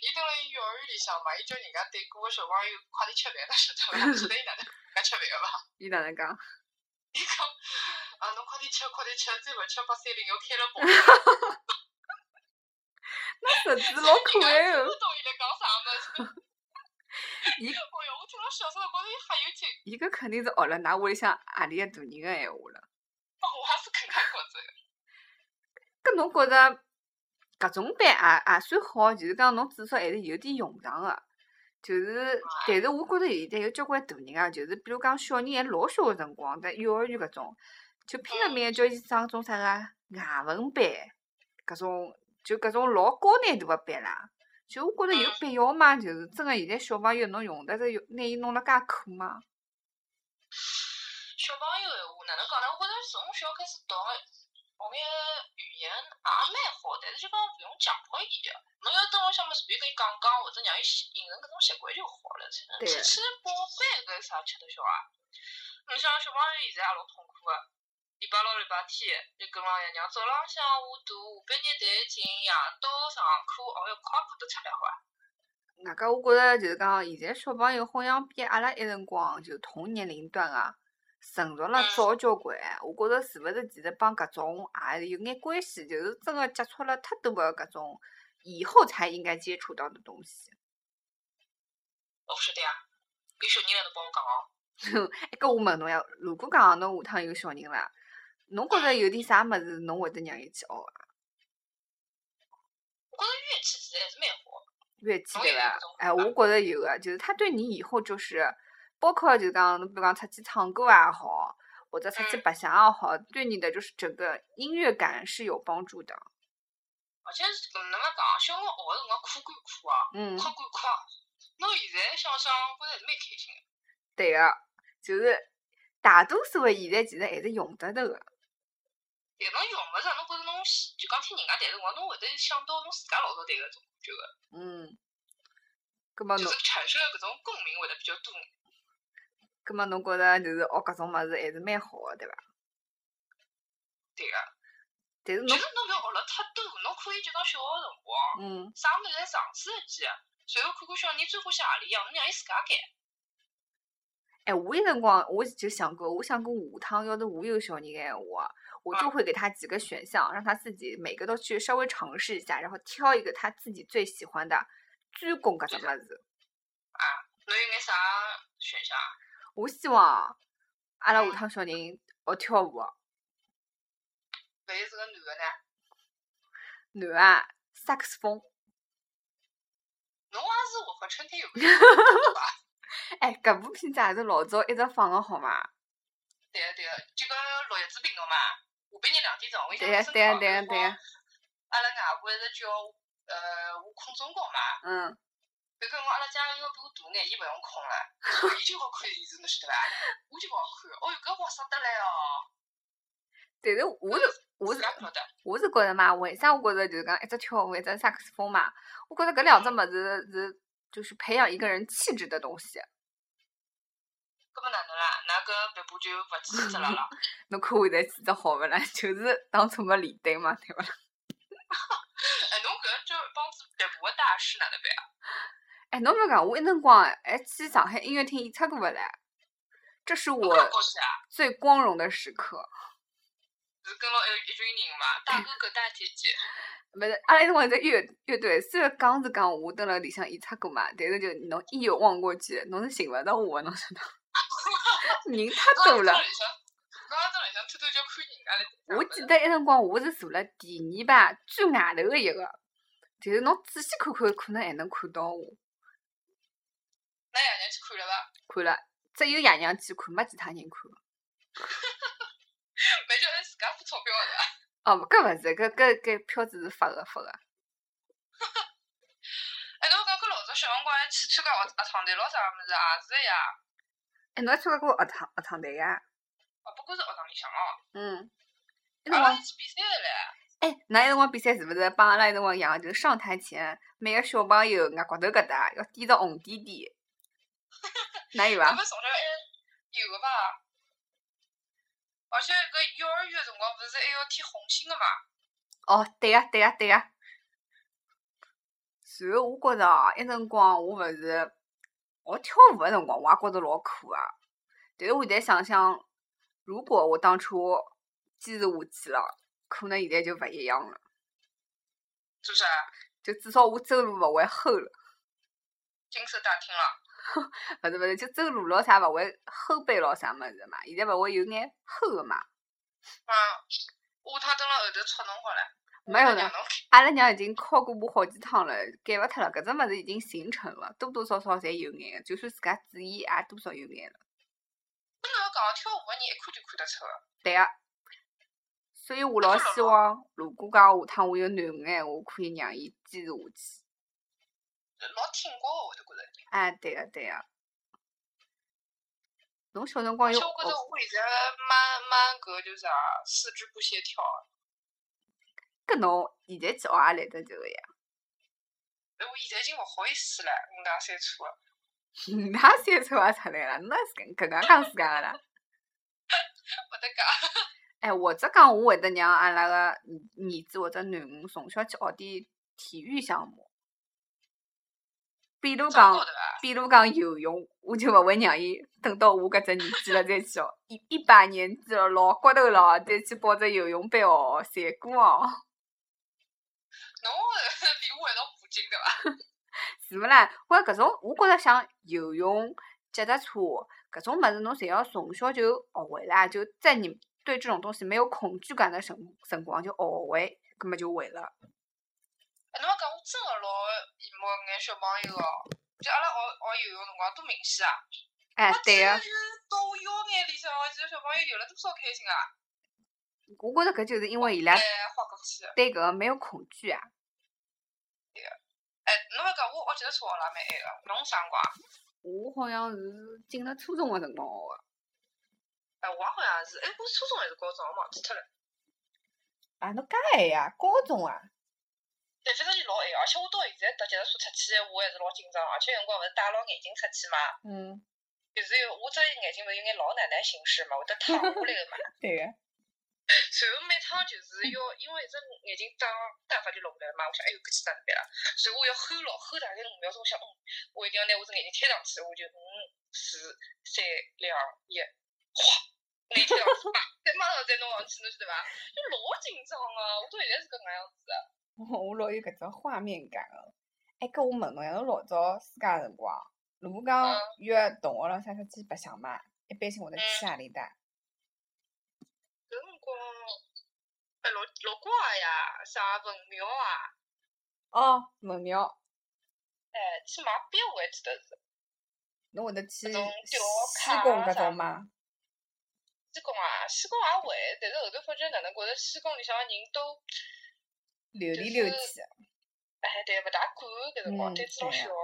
[SPEAKER 3] 伊蹲辣幼儿园里向嘛，伊叫人家对过个小朋友快点吃饭，侬晓得伐？晓得伊哪能搿吃饭个伐？
[SPEAKER 2] 伊哪能讲？
[SPEAKER 3] 伊讲，啊，侬快点吃，快点吃，再勿吃八三零要开了跑。
[SPEAKER 2] 那侄子老 可爱
[SPEAKER 3] 人家听
[SPEAKER 2] 哦
[SPEAKER 3] 不！懂伊辣讲啥么子。
[SPEAKER 2] 伊
[SPEAKER 3] 哎哟，我听到小辰光觉着伊还有劲，
[SPEAKER 2] 伊搿肯定是学了㑚屋里向阿里个大人个闲话了。
[SPEAKER 3] 哦我还是肯定觉
[SPEAKER 2] 搿
[SPEAKER 3] 着。
[SPEAKER 2] 侬觉着搿种班也也算好，就是讲侬至少还是有点用场个、就是，但是我觉着现在有交关大人啊，就是比如讲小人还老小个辰光，在幼儿园搿种，就拼了命叫伊上种啥个外文班，搿种就搿种老高难度个班啦。就我觉着有
[SPEAKER 3] 嗯
[SPEAKER 2] 必要吗？就是真个现在小朋友侬用得着用，拿伊弄了介苦吗？
[SPEAKER 3] 小朋友闲话哪能讲呢？我觉着从小开始读的学眼语言也蛮好，但是就讲勿用强迫伊个。侬要等我想么随便跟伊讲讲，或者让伊习形成搿种习惯就好了。
[SPEAKER 2] 对
[SPEAKER 3] 其实报班搿啥吃得消啊？侬像小朋友现在也老痛苦个、礼拜六、礼拜天，就跟老爷娘早浪向我读，下半日弹琴，夜到上课，哦哟，快哭得出来好伐？
[SPEAKER 2] 外加我觉着就是讲，现在小朋友好像比阿拉埃辰光就同年龄段啊，成熟了
[SPEAKER 3] 嗯
[SPEAKER 2] 早交关。我觉着是勿是其实帮搿种也是有眼关系，就是真个接触了太多个搿种以后才应该接触到的东西。
[SPEAKER 3] 我勿晓得呀，有小人来侬帮我讲哦。
[SPEAKER 2] 一哎个我问侬呀，如果讲侬下趟有小人了，侬觉着有点啥物事侬会得让伊去学啊？
[SPEAKER 3] 我觉着乐器其实还是蛮好的。
[SPEAKER 2] 乐器
[SPEAKER 3] 侬
[SPEAKER 2] 对
[SPEAKER 3] 有搿
[SPEAKER 2] 伐
[SPEAKER 3] 种？
[SPEAKER 2] 哎，
[SPEAKER 3] 想
[SPEAKER 2] 我
[SPEAKER 3] 法
[SPEAKER 2] 觉着有个，就是他对你以后就是，包括就是讲，比如讲出去唱歌也好，或者出去
[SPEAKER 3] 嗯
[SPEAKER 2] 白相也好，对你的就是整个音乐感是有帮助的。
[SPEAKER 3] 而且是搿能介讲，小辰光学个辰光苦归苦啊，
[SPEAKER 2] 嗯
[SPEAKER 3] 哭，归哭啊。侬现在想想，觉着还是蛮开心个。
[SPEAKER 2] 对个、就是大多数的现在其实还是用得到的。
[SPEAKER 3] 但侬用勿着，侬觉着侬喜就讲听人家谈辰光，侬会得想到侬自家老早谈搿种感觉个，
[SPEAKER 2] 嗯，葛么
[SPEAKER 3] 就
[SPEAKER 2] 侬
[SPEAKER 3] 是，产生了搿种共鸣会得比较多。
[SPEAKER 2] 葛么侬觉着就是学搿种物事还是蛮好的，对伐？
[SPEAKER 3] 对个，
[SPEAKER 2] 但是
[SPEAKER 3] 其
[SPEAKER 2] 侬
[SPEAKER 3] 实，侬勿要学了太多，侬可以就讲小个辰光，
[SPEAKER 2] 嗯，
[SPEAKER 3] 啥物事侪尝试一记，随后看看小人最欢喜何里样，侬让伊自家拣。
[SPEAKER 2] 哎，我有辰光我就想过，我想过下趟要是我有小人的闲话，我就
[SPEAKER 3] 嗯
[SPEAKER 2] 会给他几个选项，让他自己每个都去稍微尝试一下，然后挑一个他自己最喜欢的，专攻搿只物事。
[SPEAKER 3] 侬有眼啥选项啊？
[SPEAKER 2] 我希望阿拉下
[SPEAKER 3] 嗯
[SPEAKER 2] 趟小人学跳舞，
[SPEAKER 3] 万一是个男个呢？
[SPEAKER 2] 男啊，萨克斯风。
[SPEAKER 3] 侬也是我和春天 有个对伐？
[SPEAKER 2] 哎，搿部片子也是老早一直放个好嘛？
[SPEAKER 3] 对个对个，啊就讲六月子病了嘛，下半日两点钟，我
[SPEAKER 2] 对个对个啊对个对个
[SPEAKER 3] 阿拉外婆一直叫我呃，我空中高嘛，
[SPEAKER 2] 嗯，
[SPEAKER 3] 别跟我阿拉家要部大眼，伊勿用空了，伊就好看伊真的是对伐？我就勿好看，哦哟，搿光杀得来哦，
[SPEAKER 2] 但是我是我
[SPEAKER 3] 自
[SPEAKER 2] 是
[SPEAKER 3] 家晓得，
[SPEAKER 2] 我是觉着嘛，为啥我觉着就是讲一只跳舞，一只萨克斯风嘛，我觉着搿两只物事是就是培养一个人气质的东西。
[SPEAKER 3] 搿么哪能啦？㑚搿别部就勿去只了 啦？
[SPEAKER 2] 侬看我现在气质好勿啦？ 就是当初没练对嘛，对勿啦？
[SPEAKER 3] 哎，侬搿就帮子别部个大师哪能办啊？
[SPEAKER 2] 哎，侬勿讲，我一辰光还去上海音乐厅演出过勿来，这是我
[SPEAKER 3] 老高兴啊！
[SPEAKER 2] 最光荣的时刻。
[SPEAKER 3] 是跟牢一一群人嘛，大
[SPEAKER 2] 嗯
[SPEAKER 3] 哥哥大姐 姐，
[SPEAKER 2] 勿是，阿拉一辰光有只乐乐队，虽然讲是讲我蹲辣里向演出过嘛，但是就侬一眼望过去，侬是寻勿到我的，侬晓得伐？人太多了
[SPEAKER 3] 刚刚在。里向，刚刚在里向偷偷叫看人家来。
[SPEAKER 2] 我记得一辰光我是坐了第二排最外头的一个，就是侬仔细看看，可能还能看到我。
[SPEAKER 3] 那爷娘去看了伐？
[SPEAKER 2] 看了，只有爷娘去看，没其他人看。
[SPEAKER 3] 没叫人自家付钞票的。
[SPEAKER 2] 哦，不，搿勿是，搿搿搿票子是发个发个。
[SPEAKER 3] 哎，侬讲搿老早小辰光还去参加合合唱队咯啥物事啊？是呀，
[SPEAKER 2] 哎，侬还参加过合唱合唱队呀？
[SPEAKER 3] 哦，不过是学堂里向哦。
[SPEAKER 2] 嗯。一辰
[SPEAKER 3] 阿拉
[SPEAKER 2] 光，
[SPEAKER 3] 是去比赛的嘞。
[SPEAKER 2] 哎，㑚一辰光比赛是勿是帮阿拉一辰光一样，就是上台前每个小朋友额骨头搿搭要点只红点点，㑚有啊 伐？
[SPEAKER 3] 搿么啊从小还有个伐？而且搿幼儿园辰光勿是还要贴红心个嘛？
[SPEAKER 2] 哦，对呀、对呀、对呀、然后我觉着啊，一辰光我勿是我跳舞个辰光，我也觉着老苦啊。但是我现在想想，如果我当初坚持下去了，可能现在就勿一样了。
[SPEAKER 3] 是不是啊？
[SPEAKER 2] 就至少我走路勿会后了，
[SPEAKER 3] 金色大厅了。啊
[SPEAKER 2] 勿是勿是，就走路咯啥勿会后背咯啥物事嘛。现在勿会有眼后个嘛。
[SPEAKER 3] 嗯，下趟蹲辣后头戳侬好了。
[SPEAKER 2] 没有
[SPEAKER 3] 我
[SPEAKER 2] 的
[SPEAKER 3] 让，侬
[SPEAKER 2] 阿拉娘已经敲过我好几趟了，改勿脱了。搿只物事已经形成了，多多少少侪有眼的，就算自家注意，也多少有眼了。
[SPEAKER 3] 跟侬讲，跳舞个人一看就看得出个。
[SPEAKER 2] 对啊，所以我老希望，如果讲下趟我有囡恩闲话，我可以让伊坚持下去。
[SPEAKER 3] 老挺高个，我都觉着。
[SPEAKER 2] 哎，对个、对个、侬小辰光
[SPEAKER 3] 而
[SPEAKER 2] 有
[SPEAKER 3] 且我觉着
[SPEAKER 2] 学，
[SPEAKER 3] 我现在蛮蛮搿就是啥、四肢不协调的。
[SPEAKER 2] 搿侬现在教也来得这个呀？
[SPEAKER 3] 但哎我现在已经勿好意思了，五大三粗了。
[SPEAKER 2] 你哪三岁也出来了？侬哪是搿搿能讲自家个啦？
[SPEAKER 3] 勿得讲，
[SPEAKER 2] 哎，或者讲我会得让阿拉个儿儿子或者囡恩从小去学点体育项目，比如
[SPEAKER 3] 长
[SPEAKER 2] 讲
[SPEAKER 3] 高。对伐？
[SPEAKER 2] 比如讲游泳，我就勿会让伊等到我搿只年纪了再去学，一一把年纪了老骨头了再去报只游泳班哦，残酷哦，
[SPEAKER 3] 侬离我一道步进对伐？
[SPEAKER 2] 是勿啦？我搿种我觉着像游泳、脚踏车搿种物事，侬侪要从小就学会啦，就在你对这种东西没有恐惧感的辰辰光就学会，葛么就会了。
[SPEAKER 3] 哎侬要讲我真个老羡慕搿眼小朋友哦，就阿拉学学游泳辰光多明显啊！
[SPEAKER 2] 哎
[SPEAKER 3] 我，
[SPEAKER 2] 对
[SPEAKER 3] 个
[SPEAKER 2] 个、。
[SPEAKER 3] 到我腰眼里向，我记得小朋友游了多少开心啊！
[SPEAKER 2] 我觉着搿就是因为伊拉
[SPEAKER 3] 哎，花过去。
[SPEAKER 2] 对搿个没有恐惧啊。
[SPEAKER 3] 哎，侬要讲我学脚踏车学了蛮晚个，侬啥辰光啊？
[SPEAKER 2] 我好像是进了初中个辰光学个。
[SPEAKER 3] 哎，我好像是，哎，我初中还是高中，我忘记脱了。
[SPEAKER 2] 啊，侬介矮呀？高中啊？
[SPEAKER 3] 对，反正就老晚，而且我到现在踏脚踏车出去，我还是老紧张，而且有辰光勿是戴牢眼镜出去嘛，
[SPEAKER 2] 嗯，
[SPEAKER 3] 就是有我只眼睛勿是有眼老奶奶形式嘛，会得塌下来个嘛。
[SPEAKER 2] 对啊个、
[SPEAKER 3] 随后每趟就是要，因为一只眼睛打戴法就落下来嘛，我想哎哟，搿去哪能办啦？所以我要 hold 牢，hold 大概五秒钟，我想嗯，我一定要拿我只眼睛贴上去，我就五、四、三、两、一，哗，眼贴上 去，再马上再弄上去，侬晓得伐？就老紧张啊，我到现在是搿能样子的。
[SPEAKER 2] 我老有搿种画面感个。哎，搿我问侬呀，侬老早暑假个辰光，如果讲
[SPEAKER 3] 嗯
[SPEAKER 2] 约同学了啥出去白相嘛，一般性会得
[SPEAKER 3] 嗯
[SPEAKER 2] 去何里搭？
[SPEAKER 3] 搿辰光，哎，老老怪呀，啥文庙啊，
[SPEAKER 2] 哦，文庙，
[SPEAKER 3] 哎，去买笔我还记得是，
[SPEAKER 2] 侬会得去
[SPEAKER 3] 种
[SPEAKER 2] 西
[SPEAKER 3] 吊卡
[SPEAKER 2] 贡
[SPEAKER 3] 啊
[SPEAKER 2] 搿
[SPEAKER 3] 啥
[SPEAKER 2] 种吗？
[SPEAKER 3] 西贡啊，西贡也会，但是后头发觉哪能觉着西贡里向个人都。
[SPEAKER 2] 流
[SPEAKER 3] 就
[SPEAKER 2] 里流
[SPEAKER 3] 是
[SPEAKER 2] 气。
[SPEAKER 3] 哎，对，勿大管搿辰光，
[SPEAKER 2] 嗯
[SPEAKER 3] 胆子
[SPEAKER 2] 对
[SPEAKER 3] 老
[SPEAKER 2] 呀
[SPEAKER 3] 小个。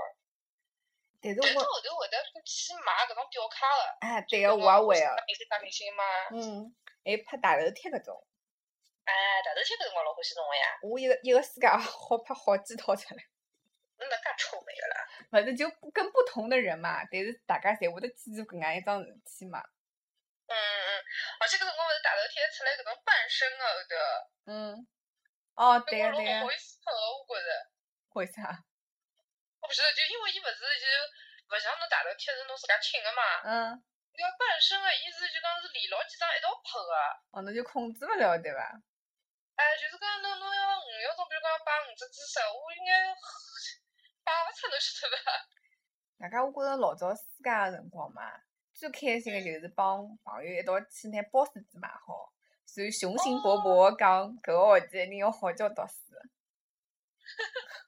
[SPEAKER 2] 但是
[SPEAKER 3] 但 是
[SPEAKER 2] 我
[SPEAKER 3] 后头会得去买搿种表卡了，
[SPEAKER 2] 哎，对个，我也会个，
[SPEAKER 3] 明星打明星嘛，
[SPEAKER 2] 嗯，还有拍大头贴搿种，
[SPEAKER 3] 哎，大头贴搿辰光老欢喜弄个呀，
[SPEAKER 2] 我一个一个世界好拍好几套出来，
[SPEAKER 3] 侬哪介臭美个啦？
[SPEAKER 2] 勿是就不跟不同的人嘛，但是大家侪会得记住搿能介一桩事体嘛，
[SPEAKER 3] 嗯嗯，而且搿辰光勿是大头贴出来搿种半身个后头，
[SPEAKER 2] 嗯，哦，
[SPEAKER 3] 搿
[SPEAKER 2] 对
[SPEAKER 3] 辰
[SPEAKER 2] 个
[SPEAKER 3] 光
[SPEAKER 2] 对
[SPEAKER 3] 老
[SPEAKER 2] 个
[SPEAKER 3] 好，意思脱个，我觉着。
[SPEAKER 2] 为啥？
[SPEAKER 3] 我不晓得，就因为伊勿是就勿像侬大头贴是侬自家请个嘛，
[SPEAKER 2] 嗯，
[SPEAKER 3] 要半身个伊是就讲是连牢几张一道拍个。
[SPEAKER 2] 哦，侬就控制勿了对伐？
[SPEAKER 3] 哎，就是讲侬侬要五要种，比如讲摆五只姿势，我应该摆勿出侬晓得伐？
[SPEAKER 2] 大家我觉着老早暑假个辰光嘛，最开心个就是帮朋友一道去拿包书纸买好，所以雄心勃勃地讲搿个学期一定要好叫读书。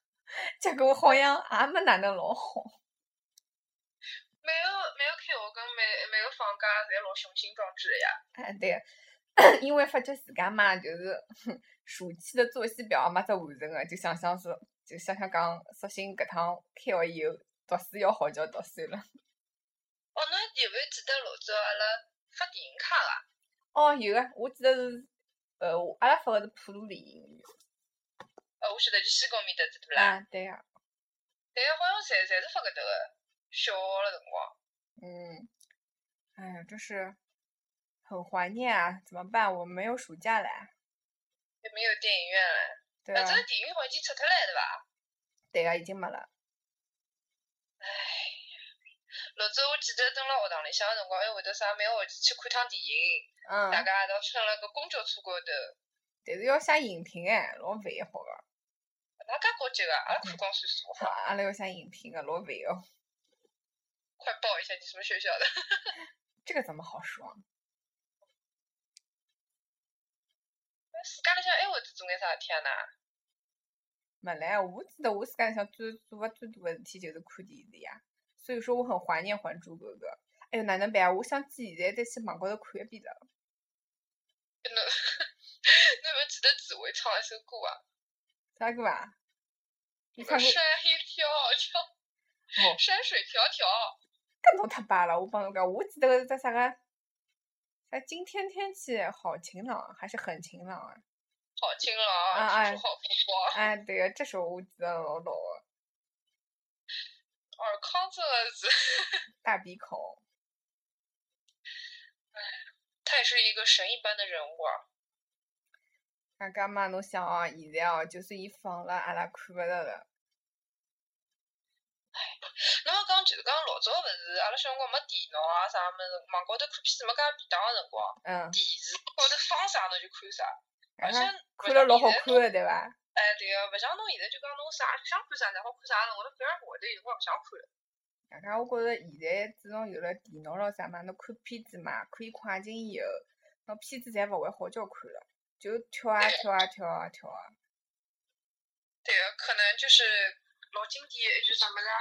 [SPEAKER 2] 结果好像也没哪能老好，
[SPEAKER 3] 每个每个开学跟每每个放假侪老雄心壮志个呀。
[SPEAKER 2] 哎对， 因为发觉自家嘛就是 暑期的作息表也没只完成个，就想想说，就想想讲，索性搿趟开学以后读书要好叫读算了。
[SPEAKER 3] 哦，侬有没有记得老早阿拉发电影卡啊？
[SPEAKER 2] 哦，有个，我记得是，呃，我阿拉发个是普鲁里英语。
[SPEAKER 3] 哦，我晓得就西高面搭子对伐？
[SPEAKER 2] 啊，对呀、
[SPEAKER 3] 但好像侪侪是发搿搭个，小学个辰光。
[SPEAKER 2] 嗯，哎呀，真是很怀念啊！怎么办？我没有暑假了啊。
[SPEAKER 3] 也没有电影院了，
[SPEAKER 2] 对
[SPEAKER 3] 反
[SPEAKER 2] 啊
[SPEAKER 3] 正，电影院好像已经撤脱了，对伐？
[SPEAKER 2] 对啊，已经没了。
[SPEAKER 3] 老早我记得蹲辣学堂里向个辰光，还会得啥每个学期去看趟电影，
[SPEAKER 2] 嗯，
[SPEAKER 3] 大家一道乘辣个公交车高头，
[SPEAKER 2] 但是要写影评哎，老烦好个。
[SPEAKER 3] 哪介高级个？啊阿拉
[SPEAKER 2] 嗯
[SPEAKER 3] 看光算数，
[SPEAKER 2] 啊阿拉要写影评个，老烦哦。
[SPEAKER 3] 快报一下你什么学校的？
[SPEAKER 2] 这个怎么好说啊？
[SPEAKER 3] 自家里向还会得做眼啥事体啊？㑚
[SPEAKER 2] 没嘞，我记得我自家里向最做个最多个事体就是看电视呀。所以说我很怀念《还珠格格》。哎哟，哪能办啊？我想记现在再去网高头看一遍了。
[SPEAKER 3] 侬 侬有没有记得紫薇唱一首歌啊？
[SPEAKER 2] 啥歌啊？你
[SPEAKER 3] 山
[SPEAKER 2] 唱过？
[SPEAKER 3] 一条条，
[SPEAKER 2] 哦，
[SPEAKER 3] 山水迢迢。
[SPEAKER 2] 搿侬太摆了，我帮侬讲，我记得个叫啥个？啥？今天天气好晴朗，还是很晴朗啊？
[SPEAKER 3] 好晴朗，
[SPEAKER 2] 啊哎
[SPEAKER 3] 处处好风光。
[SPEAKER 2] 哎，对个，这首我记得老牢个，
[SPEAKER 3] 尔康真的是，
[SPEAKER 2] 大鼻孔。
[SPEAKER 3] 他也是一个神一般的人物啊。
[SPEAKER 2] 那干嘛侬想哦，现在哦，就算伊放了，阿拉看勿着了。
[SPEAKER 3] 侬要讲就是讲老早勿是阿拉小辰光没电脑啊啥物事，网高头看片子没介便当个辰光，
[SPEAKER 2] 嗯，
[SPEAKER 3] 电视高头放啥侬就看啥，而
[SPEAKER 2] 俺
[SPEAKER 3] 且
[SPEAKER 2] 看
[SPEAKER 3] 勿
[SPEAKER 2] 看
[SPEAKER 3] 像
[SPEAKER 2] 了老
[SPEAKER 3] 现
[SPEAKER 2] 好
[SPEAKER 3] 在
[SPEAKER 2] 看个，对伐？
[SPEAKER 3] 哎对个，勿像侬现在就讲侬啥想看啥然后看啥，我都反而会得有辰光勿想看了。
[SPEAKER 2] 俺看我觉着现在自从有了电脑了啥嘛，侬看片子嘛，可以快进以后，侬片子侪勿会好叫看了，就跳啊跳啊跳啊跳啊。
[SPEAKER 3] 对个，可能就是老经典一句啥物事啊？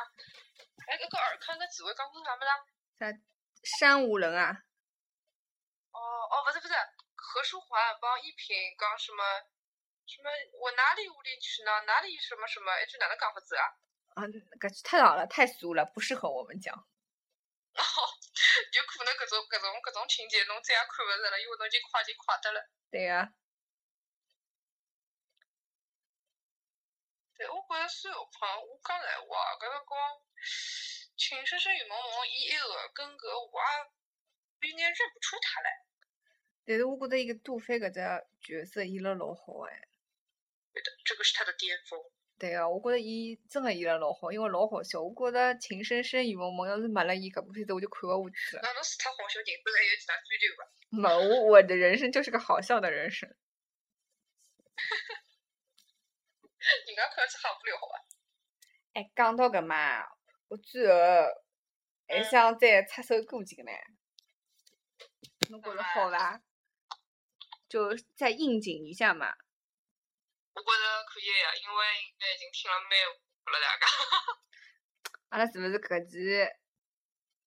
[SPEAKER 3] 哎，搿个尔康跟紫薇讲过啥物事啊？
[SPEAKER 2] 山无棱啊，
[SPEAKER 3] 哦哦，勿是勿是，何书桓帮一品讲什么？什么？我哪里无理取闹？哪里什么什么？一句哪能讲法子啊？
[SPEAKER 2] 啊，搿句太老了，太俗了，不适合我们讲。
[SPEAKER 3] 有可能搿种搿种搿种情节，侬再也看勿着了，因为侬已经快进快得了。
[SPEAKER 2] 对呀、
[SPEAKER 3] 对，我觉着苏有朋，我讲实话，搿辰光《情深深雨蒙蒙》伊埃个跟搿我也有眼认不出他来。
[SPEAKER 2] 但是我觉得一个杜飞搿只角色演了老好哎。
[SPEAKER 3] 对的，这个是他的巅峰。
[SPEAKER 2] 对个、我觉得伊真个演了老好，因为老好笑。我觉得《情深深雨蒙蒙》要是没了伊搿部片子，我就看勿下去了。
[SPEAKER 3] 那侬除脱好笑，人生还有其他追求伐？
[SPEAKER 2] 没，我我的人生就是个好笑的人生。
[SPEAKER 3] 人家看上去很无聊，好伐？
[SPEAKER 2] 哎，讲到搿嘛，我最后还想再插首歌进来，侬觉着好伐？就再应景一下嘛。
[SPEAKER 3] 我觉着可以呀，因为应该已经听了蛮无了，大家。
[SPEAKER 2] 阿拉是勿是搿期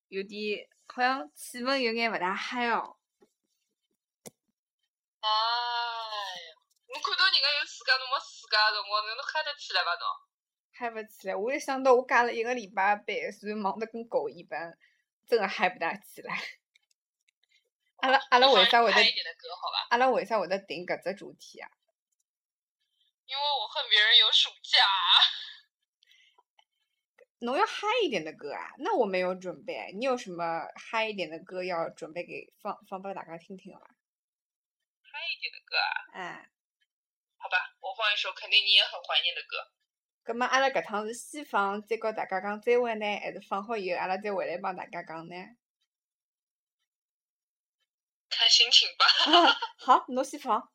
[SPEAKER 2] 有点好像气氛有眼勿大嗨哦？
[SPEAKER 3] 哎呀，侬看到人家有自家，侬没自家的辰光，侬能嗨得起来伐？侬？
[SPEAKER 2] 嗨不起来。我一想到我加了一个礼拜班，然后忙得跟狗一般，真的嗨不大起来。阿拉阿拉为啥会得
[SPEAKER 5] 开一点的歌好吧？
[SPEAKER 2] 阿拉为啥会得定搿只主题啊？
[SPEAKER 5] 因为我恨别人有暑假。啊
[SPEAKER 2] 侬要嗨一点的歌啊？那我没有准备，你有什么嗨一点的歌要准备给放放拨大家听啊听吗？
[SPEAKER 5] 嗨一点的歌啊，
[SPEAKER 2] 哎，
[SPEAKER 5] 好吧，我放一首肯定你也很怀念的歌。
[SPEAKER 2] 葛么阿拉搿趟是先放再告大家讲再会呢，还是放好以后阿拉再回来帮大家讲呢？
[SPEAKER 5] 看心情吧。
[SPEAKER 2] 好，侬先放。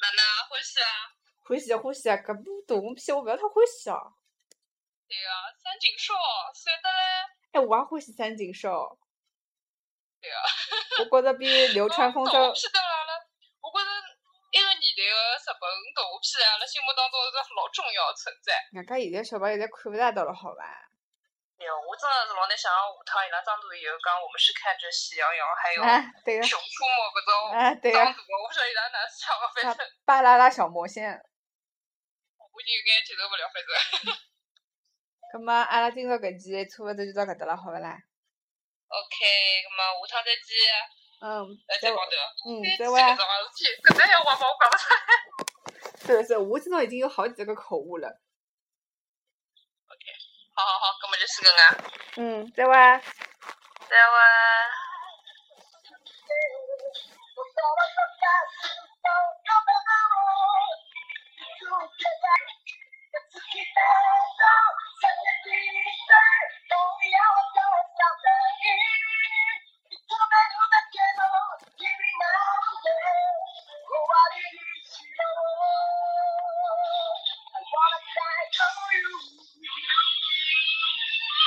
[SPEAKER 5] 娜娜，欢喜啊！
[SPEAKER 2] 欢喜啊欢喜啊！搿部大红片我勿要太欢喜哦。
[SPEAKER 5] 对啊，三井寿，谁的嘞？
[SPEAKER 2] 哎，我也欢喜三井寿，
[SPEAKER 5] 对啊。哦
[SPEAKER 2] 我觉着 比流川枫
[SPEAKER 5] 动画
[SPEAKER 2] 稍
[SPEAKER 5] 片对阿拉，我觉着埃个年代个日本动画片啊，阿拉心目当中是老重要的存在。
[SPEAKER 2] 人家现在小朋友现在看勿大到了，好吧？
[SPEAKER 5] 哎呦，我真的是老难想象下趟伊拉长大以后讲我们是看着《喜羊羊》还有
[SPEAKER 2] 哎，对
[SPEAKER 5] 《
[SPEAKER 2] 个，
[SPEAKER 5] 熊出没》搿种
[SPEAKER 2] 哎，对
[SPEAKER 5] 长
[SPEAKER 2] 个
[SPEAKER 5] 大，的，我不晓得伊拉哪能想的，反
[SPEAKER 2] 啥
[SPEAKER 5] 正
[SPEAKER 2] 巴啦啦小魔仙。
[SPEAKER 5] 我估计有眼接受不了，反正。
[SPEAKER 2] 葛么，阿拉今朝搿期差勿多就到搿搭了，好勿啦？
[SPEAKER 5] OK，那么下趟再见，
[SPEAKER 2] 嗯，
[SPEAKER 5] 呃，
[SPEAKER 2] 再会
[SPEAKER 5] 再讲头。
[SPEAKER 2] 嗯，再
[SPEAKER 5] 再
[SPEAKER 2] 会啊。
[SPEAKER 5] 啥事体？搿能要我帮我讲勿出来。
[SPEAKER 2] 是是，我今朝已经有好几个口误了。
[SPEAKER 5] 好好好，搿么就是搿能。
[SPEAKER 2] 嗯，再会啊。
[SPEAKER 5] 再会。